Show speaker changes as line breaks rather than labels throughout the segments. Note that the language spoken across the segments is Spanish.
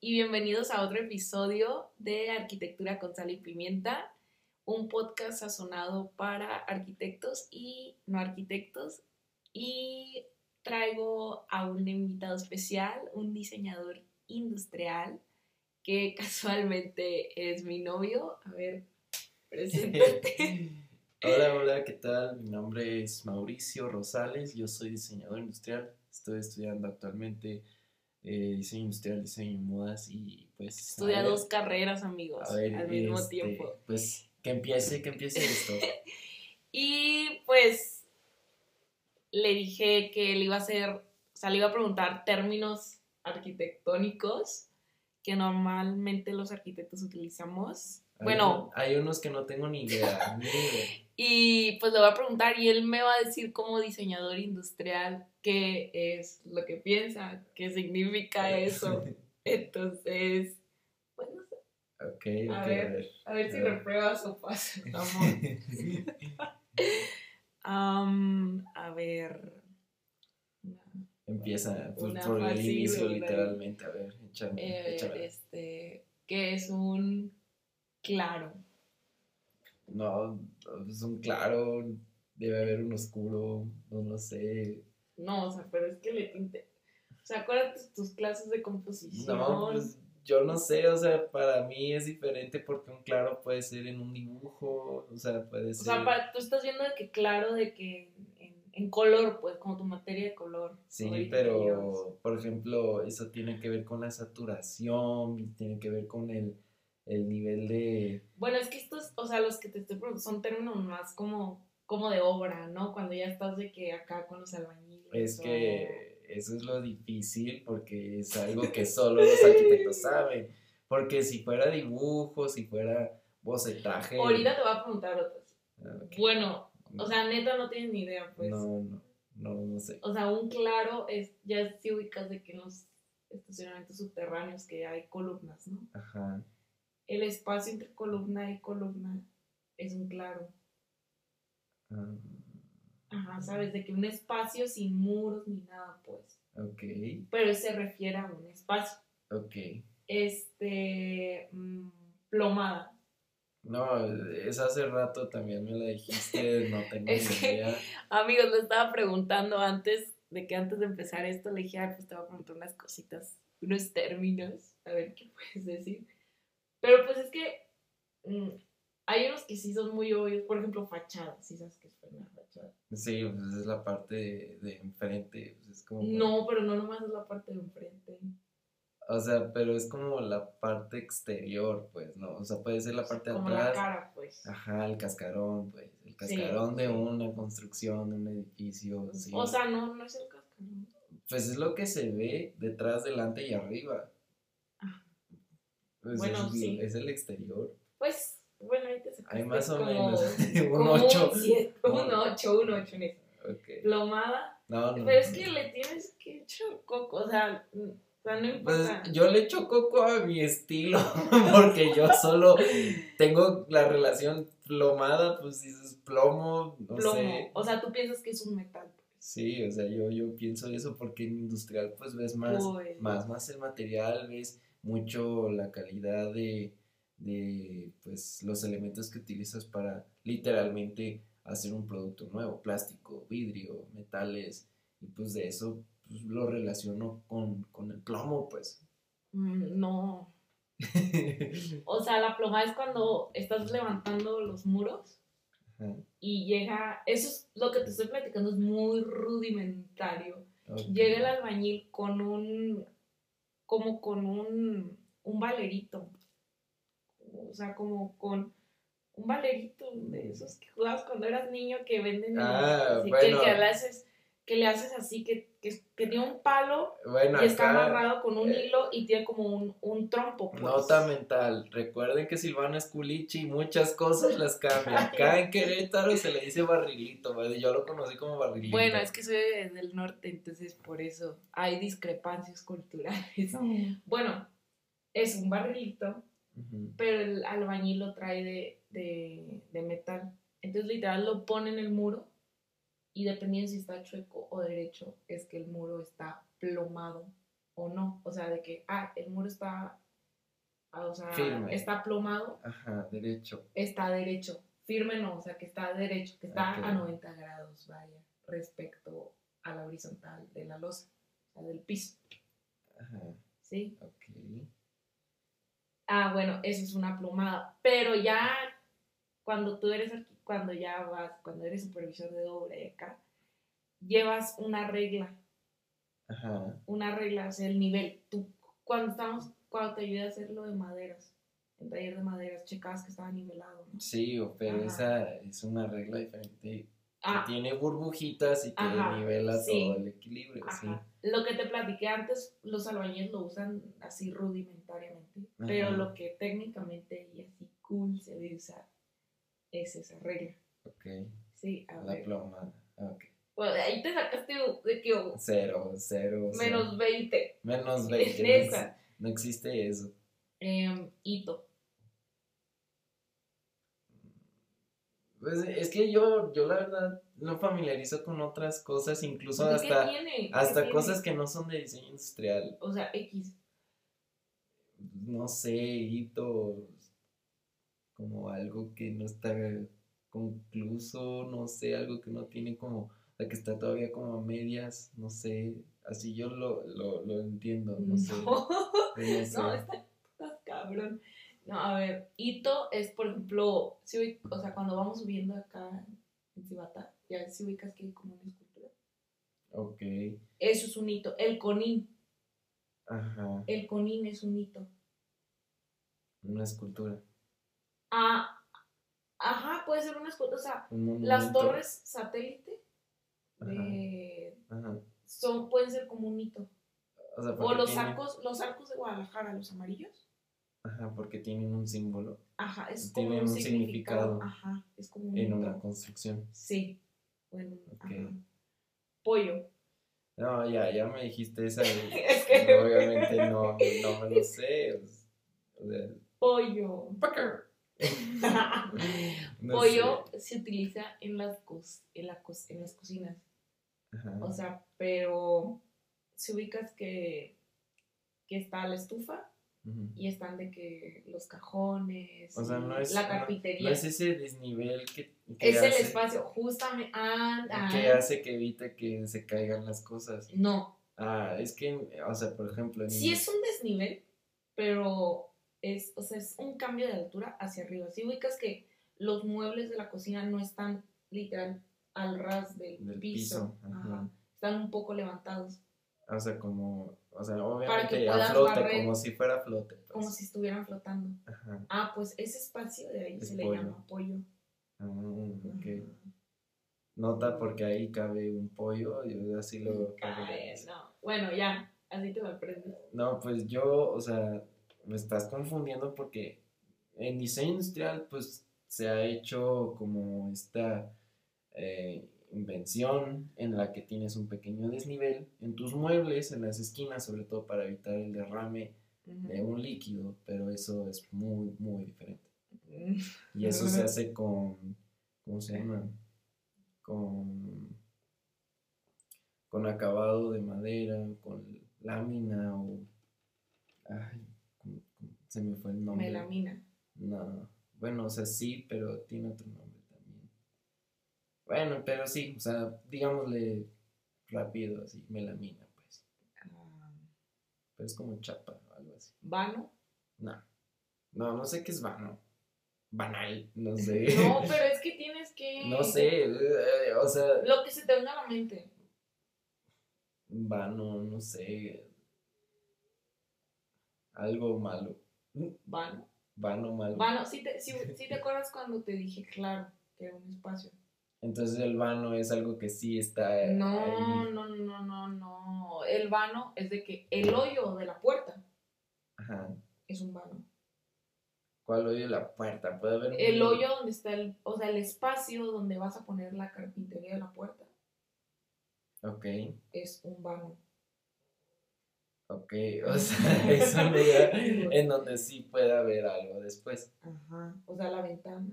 bienvenidos a otro episodio de Arquitectura con Sal y Pimienta, un podcast sazonado para arquitectos y no arquitectos. Y traigo a un invitado especial, un diseñador industrial que casualmente es mi novio. A ver, preséntate.
hola, hola, ¿qué tal? Mi nombre es Mauricio Rosales, yo soy diseñador industrial, estoy estudiando actualmente eh, diseño industrial, diseño de modas y pues...
Estudia
a ver,
dos carreras, amigos,
a ver,
al mismo
este,
tiempo.
Pues que empiece, que empiece esto.
Y pues le dije que le iba a hacer, o sea, le iba a preguntar términos arquitectónicos que normalmente los arquitectos utilizamos.
Hay
Bueno,
un- Hay unos que no tengo ni idea. ni idea.
y pues le voy a preguntar y él me va a decir como diseñador industrial qué es lo que piensa, qué significa eso. Entonces, pues no sé,
ok, ok,
A
a
ver.
ver.
a ver si
Claro.
repruebas o pasas, amor. Am, a ver.
Empieza por,
Una
por el
fácil,
inicio,
una-
literalmente. A ver, échame,
eh,
échamela.
este, que es un claro.
No, es un claro, debe haber un oscuro, no lo sé.
No, o sea, pero es que le tinte. O sea, acuérdate de tus clases de composición.
No, pues yo no sé, o sea, para mí es diferente porque un claro puede ser en un dibujo, o sea, puede
o
ser...
sea, pa- tú estás viendo de que claro de que en, en color, pues, como tu materia de color. o de
Sí,
interiores.
pero, por ejemplo, eso tiene que ver con la saturación, y tiene que ver con el, el nivel de...
Bueno, es que estos, o sea, los que te estoy preguntando son términos más como, como de obra, ¿no? Cuando ya estás de que acá con los albañiles.
Es
o-
que eso es lo difícil porque es algo que solo los arquitectos saben, porque si fuera dibujo, si fuera bocetaje...
Ahorita te voy a preguntar otras.
ah,
Bueno, o sea, neta no tienes ni idea, pues.
No, no, no, no sé.
O sea, un claro es, ya si ubicas de que en los estacionamientos subterráneos que hay columnas, ¿no?
Ajá.
El espacio entre columna y columna es un claro.
ah,
Ajá, sabes, de que un espacio sin muros ni nada, pues.
ok,
Pero se refiere a un espacio.
ok.
Este, mm, plomada.
No, esa hace rato también me la dijiste, no tengo
Es
ni
que-
idea.
Amigos, le estaba preguntando antes de que antes de empezar esto le dije, "Ay, pues te voy a preguntar unas cositas, unos términos, a ver qué puedes decir. Pero pues es que mm, hay unos que sí son muy obvios, por ejemplo, fachada, sí sabes que es una fachada.
Sí, pues es la parte de, de enfrente, pues es como...
No, pero no nomás es la parte de enfrente.
O sea, pero es como la parte exterior, pues, ¿no? O sea, puede ser la parte de
Como la
atrás. Ah,
cara, pues.
Ajá, el cascarón, pues. El
Sí,
cascarón de
sí.
una construcción, de un edificio, sí.
O sea, no, no es el cascarón.
Pues es lo que se ve detrás, delante y arriba.
Ah.
Pues
Bueno,
es,
sí.
es el exterior.
Pues, bueno, ahí te sacaste
Hay más o
como-
menos un
como
ocho.
Un 7, un
Un-
8, un 8 en eso.
Ok.
Plomada.
No, no.
Pero es
no.
que le tienes que echar coco, o sea, mm, o sea, no
Pues
importa.
yo le echo coco a mi estilo, porque yo solo tengo la relación plomada, pues dices plomo, no
Plomo.
sé.
O sea, tú piensas que es un metal.
Sí, o sea, yo, yo pienso eso porque en industrial pues ves más,
Pues,
más, más el material, ves mucho la calidad de, de pues los elementos que utilizas para literalmente hacer un producto nuevo, plástico, vidrio, metales, y pues de eso pues, lo relaciono con, con el plomo, pues.
mm, No. O sea, la plomada es cuando estás levantando los muros
Ajá.
y llega. Eso es lo que te estoy platicando, es muy rudimentario.
Ok.
Llega el albañil con un. como con un. un valerito. O sea, como con. Un valerito de esos que jugabas cuando eras niño que venden. en-
Ah,
así que-
bueno.
que, le haces, que le haces así, que, que, que tiene un palo
Bueno,
y está
acá,
amarrado con un
eh,
hilo y tiene como un, un trompo. Pues.
nota mental. Recuerden que Silvana es culichi y muchas cosas las cambia. Acá en Querétaro se le dice barrilito, ¿vale? yo lo conocí como barrilito.
Bueno, es que soy de- del norte, entonces por eso hay discrepancias culturales. Bueno, es un barrilito
Ujú.
pero el albañil lo trae de, de, de metal. Entonces, literal, lo pone en el muro y dependiendo si está chueco o derecho, es que el muro está plomado o no. O sea, de que, ah, el muro está o sea,
Firme.
está plomado,
Ajá, derecho.
está derecho. Firme no, o sea, que está derecho, que está
Ok.
a 90 grados, vaya, respecto a la horizontal de la losa, o sea, del piso,
Ajá,
¿sí?
ok.
Ah, bueno, eso es una plomada. Pero ya cuando tú eres arqui- cuando ya vas, cuando eres supervisor de obra y acá, llevas una regla,
Ajá,
una regla, o sea, el nivel. Tú, cuando estamos, cuando te ayudé a hacer lo de maderas, el taller de maderas, checabas que estaba nivelado, ¿no?
sí, o- pero
Ajá.
esa es una regla diferente.
Ah,
que tiene burbujitas y que
Ajá,
nivela
sí.
todo el equilibrio, sí.
ajá. Lo que te platiqué antes, los albañiles lo usan así rudimentariamente, pero
Ajá.
lo que técnicamente y así cool se debe usar es esa regla.
Ok,
Sí, a
la
ver.
plomada. Ok.
Bueno, ahí te sacaste de que
Cero, cero,
menos
cero.
20.
Menos
En
20. no
esa.
ex- No, existe eso.
Em, hito.
Pues es que yo, yo la verdad no familiarizo con otras cosas, incluso
¿De
hasta,
tiene? ¿Qué
hasta
tiene?
cosas que no son de diseño industrial.
O sea, X.
No sé, hitos, como algo que no está concluso, no sé, algo que no tiene como, la que está todavía como a medias, no sé, así yo lo, lo, lo entiendo, no, sé.
No,
pues no
no,
sé.
está, estás cabrón. No, a ver, hito es, por ejemplo, si ubi- o sea, cuando vamos subiendo acá en Cibata, ya si ubicas que hay como una escultura.
Ok,
Eso es un hito. El conín.
ajá,
El conín es un hito.
una escultura,
Ah, ajá, puede ser una escultura. O sea,
un
las
monumento,
torres satélite de-
ajá.
son, pueden ser como un hito.
O sea,
O
porque
los
tienen-
arcos, los arcos de Guadalajara, los amarillos.
Ajá, porque tienen un símbolo
Ajá, es como
Tienen
un
un
significado.
significado.
Ajá, es como un.
en
hito.
una construcción.
Sí. Bueno,
Ok.
ajá. Pollo.
No, ya, ya me dijiste esa. y-
Es que-
obviamente no, no me lo sé. o s- o sea,
Pollo.
no
Pollo se utiliza en las, co- en, la co- en las cocinas.
sé. Ajá.
O sea, pero si ubicas que, que está la estufa
Ujú.
y están de que los cajones,
O sea, no es-
la
no-
carpintería.
No es ese desnivel que, que
es el
hace,
espacio, justamente. Ah, ah,
que hace que evite que se caigan las cosas.
No,
Ah, es que, o sea, por ejemplo, en
Sí es un desnivel, pero es, o sea, es un cambio de altura hacia arriba. Si ubicas que los muebles de la cocina no están literal al ras del,
Del
piso,
piso, ajá.
ajá, están un poco levantados,
o sea, como, o sea,
que
obviamente a
puedas
flote,
barrer.
como si fuera a flote. pues.
como si estuvieran flotando.
Ajá.
Ah, pues ese espacio de ahí
Es
se le
pollo.
llama pollo.
Ah, ok.
Ajá.
Nota porque ahí cabe un pollo, yo así lo...
Cae, no. Bueno, ya, así te lo aprendes.
No, pues yo, o sea, me estás confundiendo porque en diseño industrial, pues se ha hecho como esta eh, invención en la que tienes un pequeño desnivel en tus muebles, en las esquinas, sobre todo para evitar el derrame de un líquido, pero eso es muy, muy diferente.
Ujú.
Y eso se
Ujú.
hace con, ¿cómo se llama? Con, con acabado de madera, con lámina o... Ay, ¿cómo- cómo- se me fue el nombre.
Melamina.
No, bueno, o sea, sí, pero tiene otro nombre también. Bueno, pero sí, o sea, digámosle rápido, así, melamina, pues.
Ah,
Pero es como chapa o algo así.
Vano.
No, no, no sé qué es vano. Banal, no sé.
No, pero es que tienes que.
No sé, eh, o sea,
Lo que se te venga a la mente.
vano, no sé. Algo malo.
Vano.
Vano, malo.
Vano, si te, sí- sí te acuerdas cuando te dije, claro, que era un espacio.
Entonces el vano es algo que sí está eh,
No,
ahí.
no, no, no, no. El vano es de que el hoyo de la puerta
Ajá.
es un vano.
¿Cuál hoyo de la puerta? Puede haber un-
El hoyo donde está el, o sea, el espacio donde vas a poner la carpintería de la puerta
Ok,
es un vano.
ok. O sea, es un lugar en donde sí puede haber algo después.
Ajá. O sea, la ventana.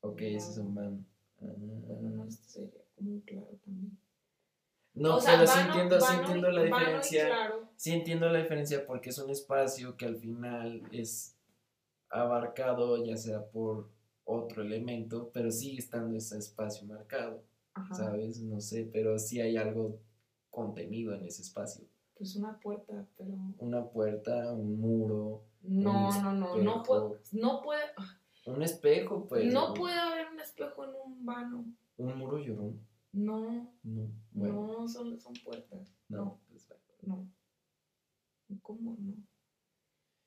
Ok, eso es un vano. Ah.
Bueno, no, esto sería como un claro también.
No,
o sea,
pero sí
vano-
entiendo, sí
vano y-
entiendo la
vano y
diferencia.
claro.
Sí entiendo la diferencia porque es un espacio que al final es abarcado ya sea por otro elemento, pero sigue estando ese espacio marcado,
Ajá.
¿sabes? No sé, pero sí hay algo contenido en ese espacio.
Pues una puerta, pero.
Una puerta, un muro,
No,
Un
no, no. No,
espejo.
puede, no, puede,
un espejo, pues.
no
o-
puede haber un espejo en un vano.
Un muro llorón.
No,
No, bueno,
no, son, son puertas.
no.
no.
pues, bueno.
No. ¿Cómo no?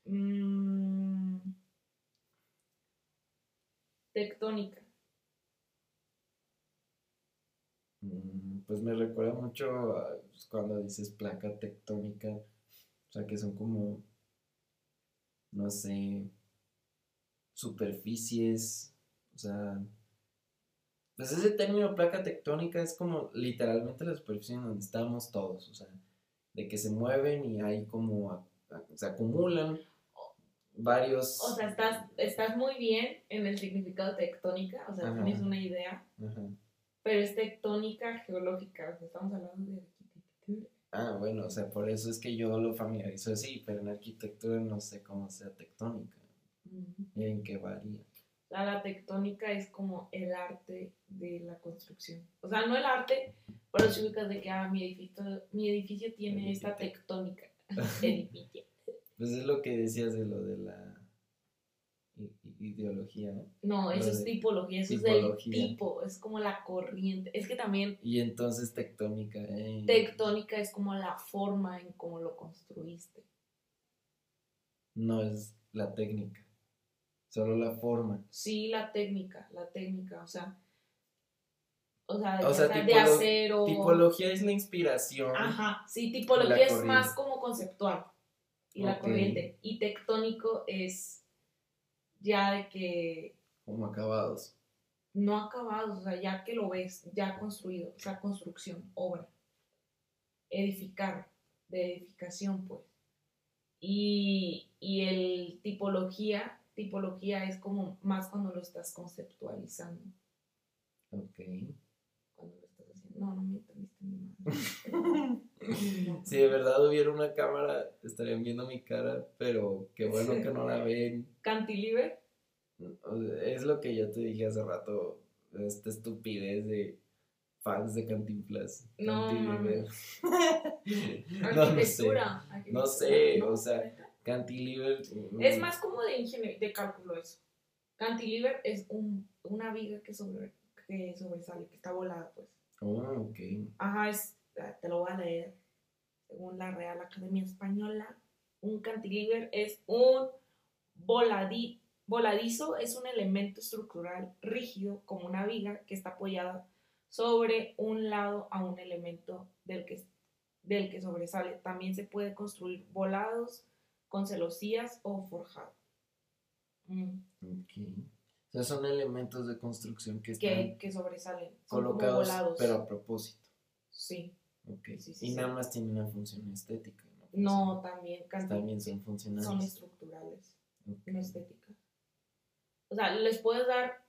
Mm. Tectónica.
Mm, Pues me recuerda mucho a, pues, cuando dices placa tectónica, o sea que son como, no sé, superficies, o sea, pues ese término placa tectónica es como literalmente la superficie en donde estamos todos, o sea, de que se mueven y hay como, a- a- se acumulan varios...
O sea, estás, estás muy bien en el significado tectónica, o sea,
Ajá.
tienes una idea,
Ajá.
pero es tectónica geológica, o sea, estamos hablando de arquitectura.
Ah, bueno, o sea, por eso es que yo lo familiarizo así, pero en arquitectura no sé cómo sea tectónica, ni en qué varía.
O sea, la tectónica es como el arte de la construcción. O sea, no el arte, pero si ubicas de que ah, mi edificio, mi edificio tiene esta
Edificio.
tectónica. edificio.
Pues es lo que decías de lo de la i- i- ideología, ¿no?
No, eso
Lo
es
de
tipología, eso es
tipología.
del tipo, es como la corriente. Es que también
Y entonces tectónica, eh,
tectónica es como la forma en cómo lo construiste.
no es la técnica, solo la forma.
Sí, la técnica, la técnica, o sea, o sea,
O
ya
sea,
sea de
tipolo-
acero.
Tipología es la inspiración.
Oh. Ajá, sí,
La
tipología es
corriente.
más como conceptual y la
Ok.
corriente. Y tectónico es ya de que
Como acabados.
no acabado, o sea, ya que lo ves, ya construido, o sea, construcción, obra. Edificar, de edificación, pues. Y, y el tipología, tipología es como más cuando lo estás conceptualizando,
Ok.
cuando lo estás haciendo. No, no me entendiste mi madre. No.
Si de verdad hubiera una cámara, estarían viendo mi cara, pero qué bueno que no la ven.
Cantilever,
Es lo que yo te dije hace rato, esta estupidez de fans de Cantinflas.
No,
Cantilever. no, no sé.
arquitectura.
No sé, o sea, Cantilever. mm,
Es más como de ingeniero, de cálculo eso. Cantilever es un, una viga que, sobre, que sobresale, que está volada, pues.
Oh, ok.
Ajá, es, ah, te lo voy a leer. Según la Real Academia Española, un cantilever es un voladi- voladizo, es un elemento estructural rígido como una viga que está apoyada sobre un lado a un elemento del que, del que sobresale. También se puede construir volados con celosías o forjado. Mm,
ok. O sea, son elementos de construcción que están
que, que sobresalen. Son como
colocados,
volados.
pero a propósito.
Sí.
Ok.
Sí, sí,
y
sí.
nada más tienen una función estética.
No, también
Pues,
cantilever.
También son funcionales.
son estructurales,
Ok.
no estéticas. O sea, les puedes dar.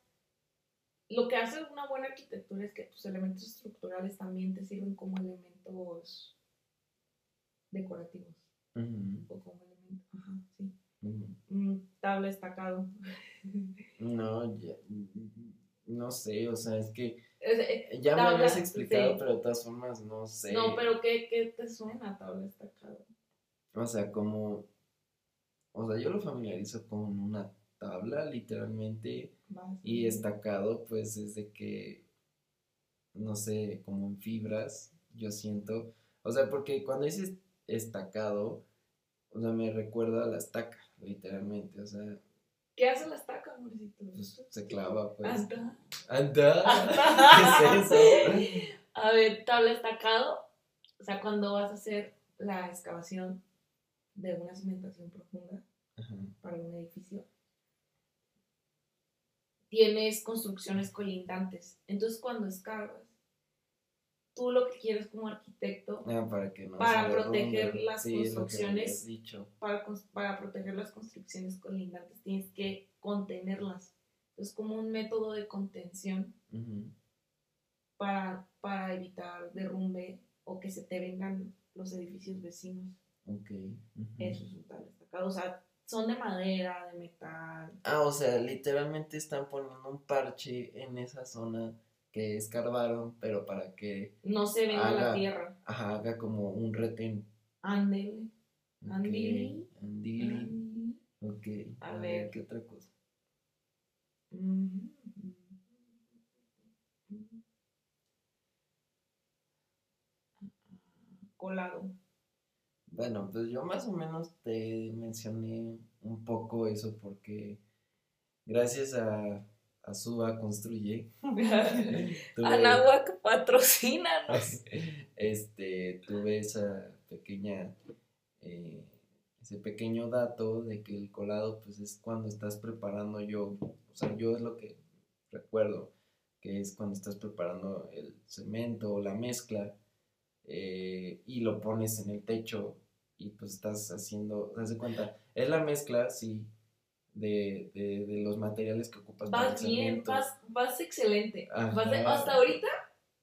Lo que hace una buena arquitectura es que tus elementos estructurales también te sirven como elementos decorativos.
Ujú,
O como elementos. Ajá, sí.
ujú.
Mm, tabla destacado.
No, ya- mm, no sé, o sea, es que
Es- eh,
ya me
Tabla,
habías explicado,
sí.
pero de todas formas no sé.
No, pero ¿qué, qué te suena tabla destacado?
O sea, como. O sea, yo lo familiarizo con una tabla, literalmente.
Vas.
Y estacado, pues, es de que. No sé, como en fibras, yo siento. O sea, porque cuando dices estacado, o sea, me recuerda a la estaca, literalmente. O sea,
¿Qué hace la estaca, amorcito? Ah,
pues, se clava, pues.
Hasta.
¡Anda! ¿Qué es
Hasta.
eso?
A ver, tabla estacado, o sea, cuando vas a hacer la excavación de una cimentación profunda
Ajá,
para un edificio, tienes construcciones colindantes. Entonces, cuando excavas, tú lo que quieres como arquitecto
Ah, para que no
Para
se derrumbe.
proteger las
Sí, es lo que me
construcciones.
habías dicho.
para, cons- para proteger las construcciones colindantes tienes que contenerlas. Es como un método de contención
Ujú.
para, para evitar derrumbe o que se te vengan los edificios vecinos.
Ok. ujú.
Eso es un tal destacado. O sea, son de madera, de metal.
Ah, o sea, literalmente están poniendo un parche en esa zona que escarbaron, pero para que
No se ven a la
Haga-
tierra.
ajá, haga como un retén.
Ándele.
Ok,
Andili.
Andili. Ok.
A
A,
ver.
ver, ¿qué otra cosa?
Colado.
Bueno, pues yo más o menos te mencioné un poco eso porque gracias a, a Suba Construye. tuve-
Anáhuac patrocínanos.
este, tuve esa pequeña, eh, ese pequeño dato de que el colado, pues es cuando estás preparando yo, o sea, yo es lo que recuerdo, que es cuando estás preparando el cemento o la mezcla eh, y lo pones en el techo y pues estás haciendo, haz de cuenta, es la mezcla, sí, de, de, de los materiales que ocupas para
Vas
el
bien,
cemento.
vas, vas excelente. Vas de-
Ajá.
hasta ahorita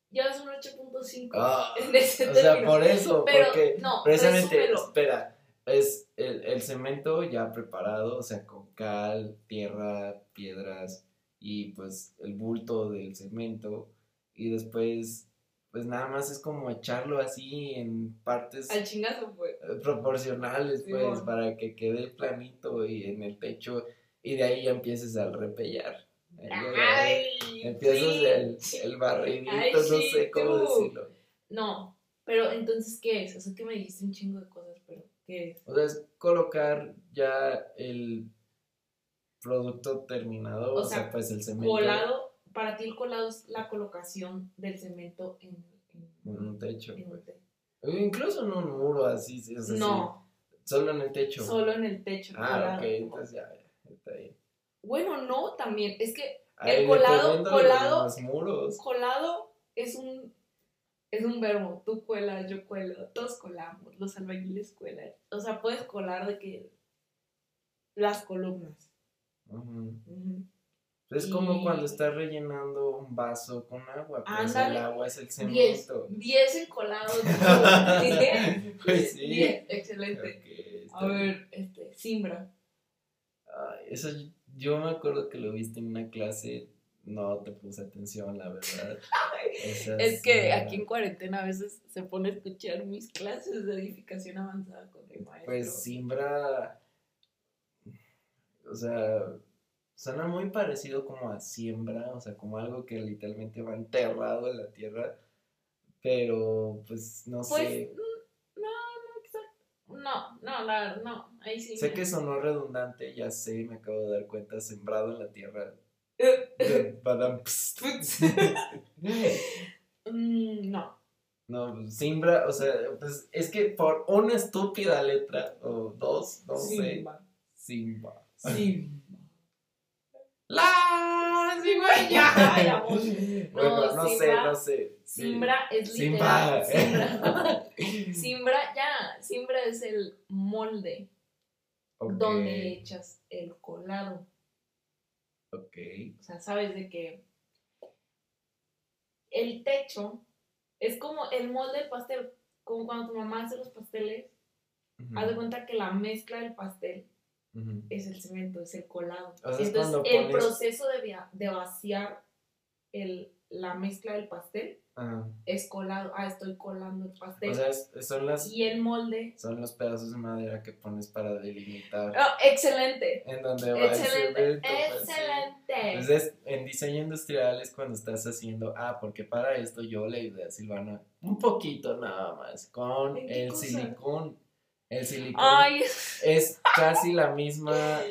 llevas un 8.5
Ah,
en ese
o sea,
término.
por eso,
Pero
porque
no,
precisamente,
resúmelo.
espera, es el, el cemento ya preparado, o sea, con cal, tierra, piedras y pues el bulto del cemento y después pues nada más es como echarlo así en partes
Al chingazo pues. fue.
eh, proporcionales
Sí,
pues
bueno.
para que quede planito y en el techo y de ahí ya empieces al repellar. Ahí ya- Empiezas
sí.
el, el barridito,
Ay,
no
sí,
sé cómo
tú.
decirlo.
No, pero entonces, ¿qué es? O sea, que me dijiste un chingo de cosas, pero ¿qué es?
O sea, es colocar ya el producto terminado,
O
o,
sea,
sea, pues el cemento
Colado, para ti el colado es la colocación del cemento en, en-
en un techo.
en un
pues.
techo.
O Incluso en un muro así, sí, o sea,
No,
sí, solo en el techo.
solo en el techo.
ah,
colado.
ok, entonces ya, ya, está bien.
Bueno, no, también. Es que
Ahí
El colado-
dependiendo de
colado-
los muros.
colado es un es un verbo. Tú cuelas, yo cuelo, todos colamos, los albañiles cuelan. O sea, puedes colar de que las columnas.
Ujú.
Ujú.
Es
Y-
como cuando estás rellenando un vaso con agua, pues
Ándale.
el agua es el
Diez.
cemento.
Diez en colado. diez.
Pues sí.
Diez, Excelente.
Ok, está
A
bien.
ver, este, simbra.
Ay, eso y- yo me acuerdo que lo viste en una clase, no te puse atención, la verdad. O sea,
Es
sí,
que
era-
aquí en cuarentena a veces se pone a escuchar mis clases de edificación avanzada con el maestro.
Pues siembra, o sea, suena muy parecido como a siembra, o sea, como algo que literalmente va enterrado en la tierra, pero pues no
Pues,
sé,
mm, no, no, exacto. No, no, la verdad, no. Ahí sí. Eh,
sé
me-
que sonó redundante, ya sé, me acabo de dar cuenta, sembrado en la tierra.
eh,
Badam, pst.
Mm, no.
No, pues, Simbra, o sea, pues es que por una estúpida letra o dos, no sé,
Simba.
Simba.
Simba.
¡La
cigüeña! Ay, amor.
Bueno, no sé,
Simba-
no sé. sí.
Simbra es
Simba.
literal. Simbra. Simbra, ya. Simbra es el molde
Ok,
donde echas el colado.
Ok.
O sea, sabes de que el techo es como el molde del pastel. Como cuando tu mamá hace los pasteles,
Ujú,
haz de cuenta que la mezcla del pastel
ujú.
es el cemento, es el colado.
O sea, es
Entonces,
cuando
el
pones-
proceso de, via- de vaciar el, la mezcla del pastel
Ah,
es colado. Ah, estoy colando el pastel.
O sea, es- son las
y el molde.
son los pedazos de madera que pones para delimitar
¡Ah, ¡Excelente!
en donde va el
¡Excelente!
cemento. pues, sí.
¡Excelente!
Entonces, en diseño industrial es cuando estás haciendo, ah, porque para esto yo le ayudé a Silvana un poquito nada más, con
¿En qué
el
cosa?
silicón. El silicón
Ay,
es casi la misma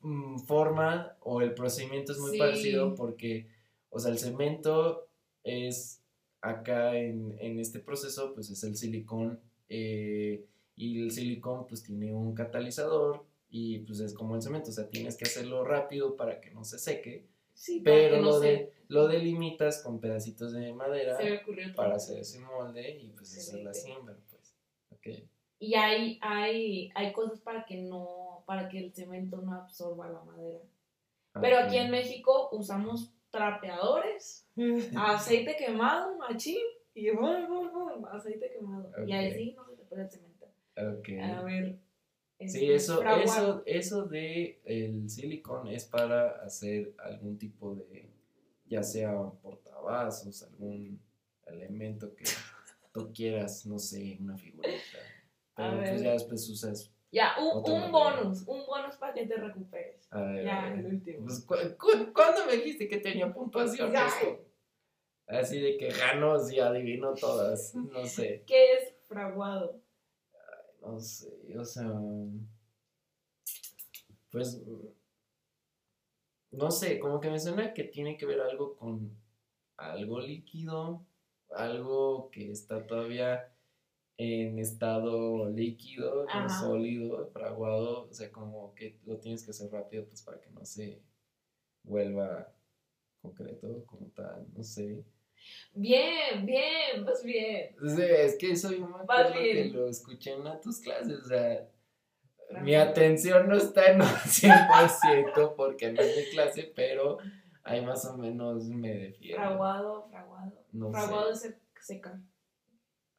mm, forma o el procedimiento es muy
Sí.
parecido porque, o sea, el cemento es acá en, en este proceso, pues es el silicón eh, y el silicón pues tiene un catalizador y pues es como el cemento, o sea, tienes que hacerlo rápido para que no se seque,
sí, para
pero
que no
lo,
se-
de, lo delimitas con pedacitos de madera
se me ocurrió otra
para
cosa.
hacer ese molde y pues esa es la
Excelente.
siembra, pues. ok.
Y hay, hay, hay cosas para que no, para que el cemento no absorba la madera.
Ah,
Pero aquí en México usamos trapeadores aceite quemado, machín, y bum, bum, bum, aceite quemado. Y ahí
Ok.
sí no se te puede cementar.
Ok.
A ver, Es
Sí, eso,
fraguar.
eso, eso de el silicón es para hacer algún tipo de, ya sea portavasos, algún elemento que tú quieras, no sé, una figurita.
A
Pero pues
ver.
ya después usas.
Ya, un,
Otro
un
material.
bonus, un bonus para que te recuperes.
A ver,
Ya,
a ver.
el último.
Pues, ¿cu- cu- cuándo me dijiste que tenía puntuación
Ya.
esto? Así de que gano si adivino todas. No sé,
¿Qué es fraguado?
no sé, o sea. Pues. No sé, como que me suena que tiene que ver algo con algo líquido, algo que está todavía en estado líquido, no
Ajá.
sólido, fraguado, o sea, como que lo tienes que hacer rápido pues para que no se vuelva concreto, como tal, no sé.
Bien, bien, pues bien.
O sea, es que eso yo me
Vas
acuerdo que
bien.
lo escuché en una de tus clases, o sea,
Ajá.
mi atención no está en un 100% porque no es mi clase, pero ahí más o menos me defiero.
Fraguado, fraguado.
No
fraguado
sé.
es se- secar.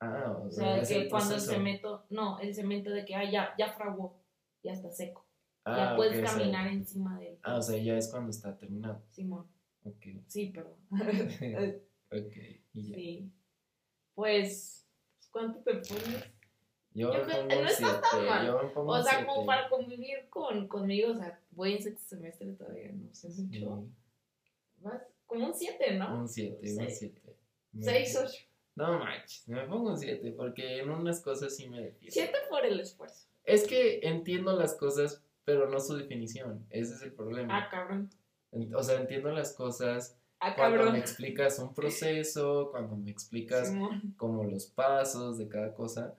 Ah, o
O
sea,
sea,
es
que
el
cuando el
proceso.
cemento, no, el cemento de que ah, ya, ya fraguó, ya está seco.
Ah,
ya puedes
ok, o sea,
caminar encima de él.
Ah, o sea, ya es cuando está terminado.
Simón.
Ok.
Sí, perdón.
ok. Y ya.
sí. Pues, ¿cuánto te pones?
Yo,
Yo
me
creo-
pongo un
no está tan
siete,
mal.
Yo me pongo
O
un
sea, como
siete.
para convivir con, conmigo, o sea, voy en sexto semestre todavía, no sé mucho.
Sí,
Más, como un 7, ¿no?
Un 7, un
Seis.
7.
6, 8.
No manches, me pongo un 7 porque en unas cosas sí me defiendo.
7 por el esfuerzo.
Es que entiendo las cosas, pero no su definición. Ese es el
Ah,
problema.
cabrón.
En- O sea, entiendo las cosas
Ah,
cuando me
cabrón.
explicas un proceso, cuando me explicas
Simón.
como los pasos de cada cosa,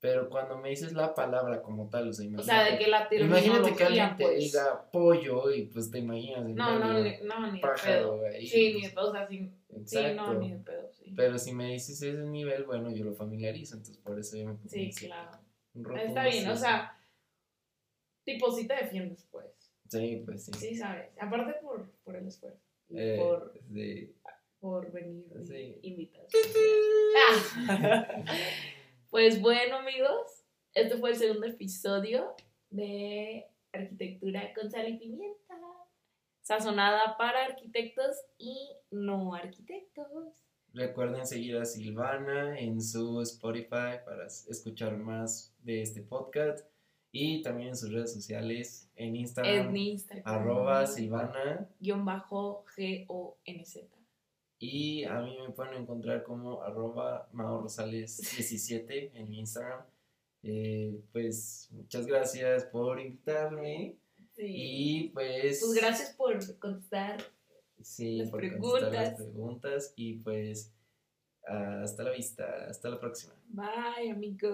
pero cuando me dices la palabra como tal, o sea,
O
imagínate,
sea, de que la
imagínate que
terminología,
alguien te
pues.
diga pollo y pues te imaginas en
No, no,
realidad
ni- no, ni de pedo.
pájaro ahí.
Sí, ni de pedo, o sea, sí, sí,
Exacto.
no, ni de pedo, sí.
Pero si me dices ese nivel, bueno, yo lo familiarizo, entonces por eso yo me pongo
Sí,
un siete.
claro.
Un rotundo
Está bien, o
siete.
sea, tipo, sí te defiendes, pues.
Sí, pues sí.
Sí, sabes. Aparte por, por el esfuerzo. Y
Eh,
por,
sí.
por venir y
Sí.
invitar. Ah. Pues bueno, amigos, este fue el segundo episodio de Arquitectura con Sal y Pimienta, sazonada para arquitectos y no arquitectos.
Recuerden seguir a Silvana en su Spotify para s- escuchar más de este podcast y también en sus redes sociales en Instagram
en Instagram.
Ah, arroba Silvana
Guión bajo G-O-N-Z.
y a mí me pueden encontrar como arroba Mao Rosales 17 en mi Instagram. Eh, pues muchas gracias por invitarme
Sí.
y pues...
Pues gracias por contestar.
Sí,
Las
por contestar las
preguntas.
preguntas y pues hasta la vista, hasta la próxima.
Bye, amigos.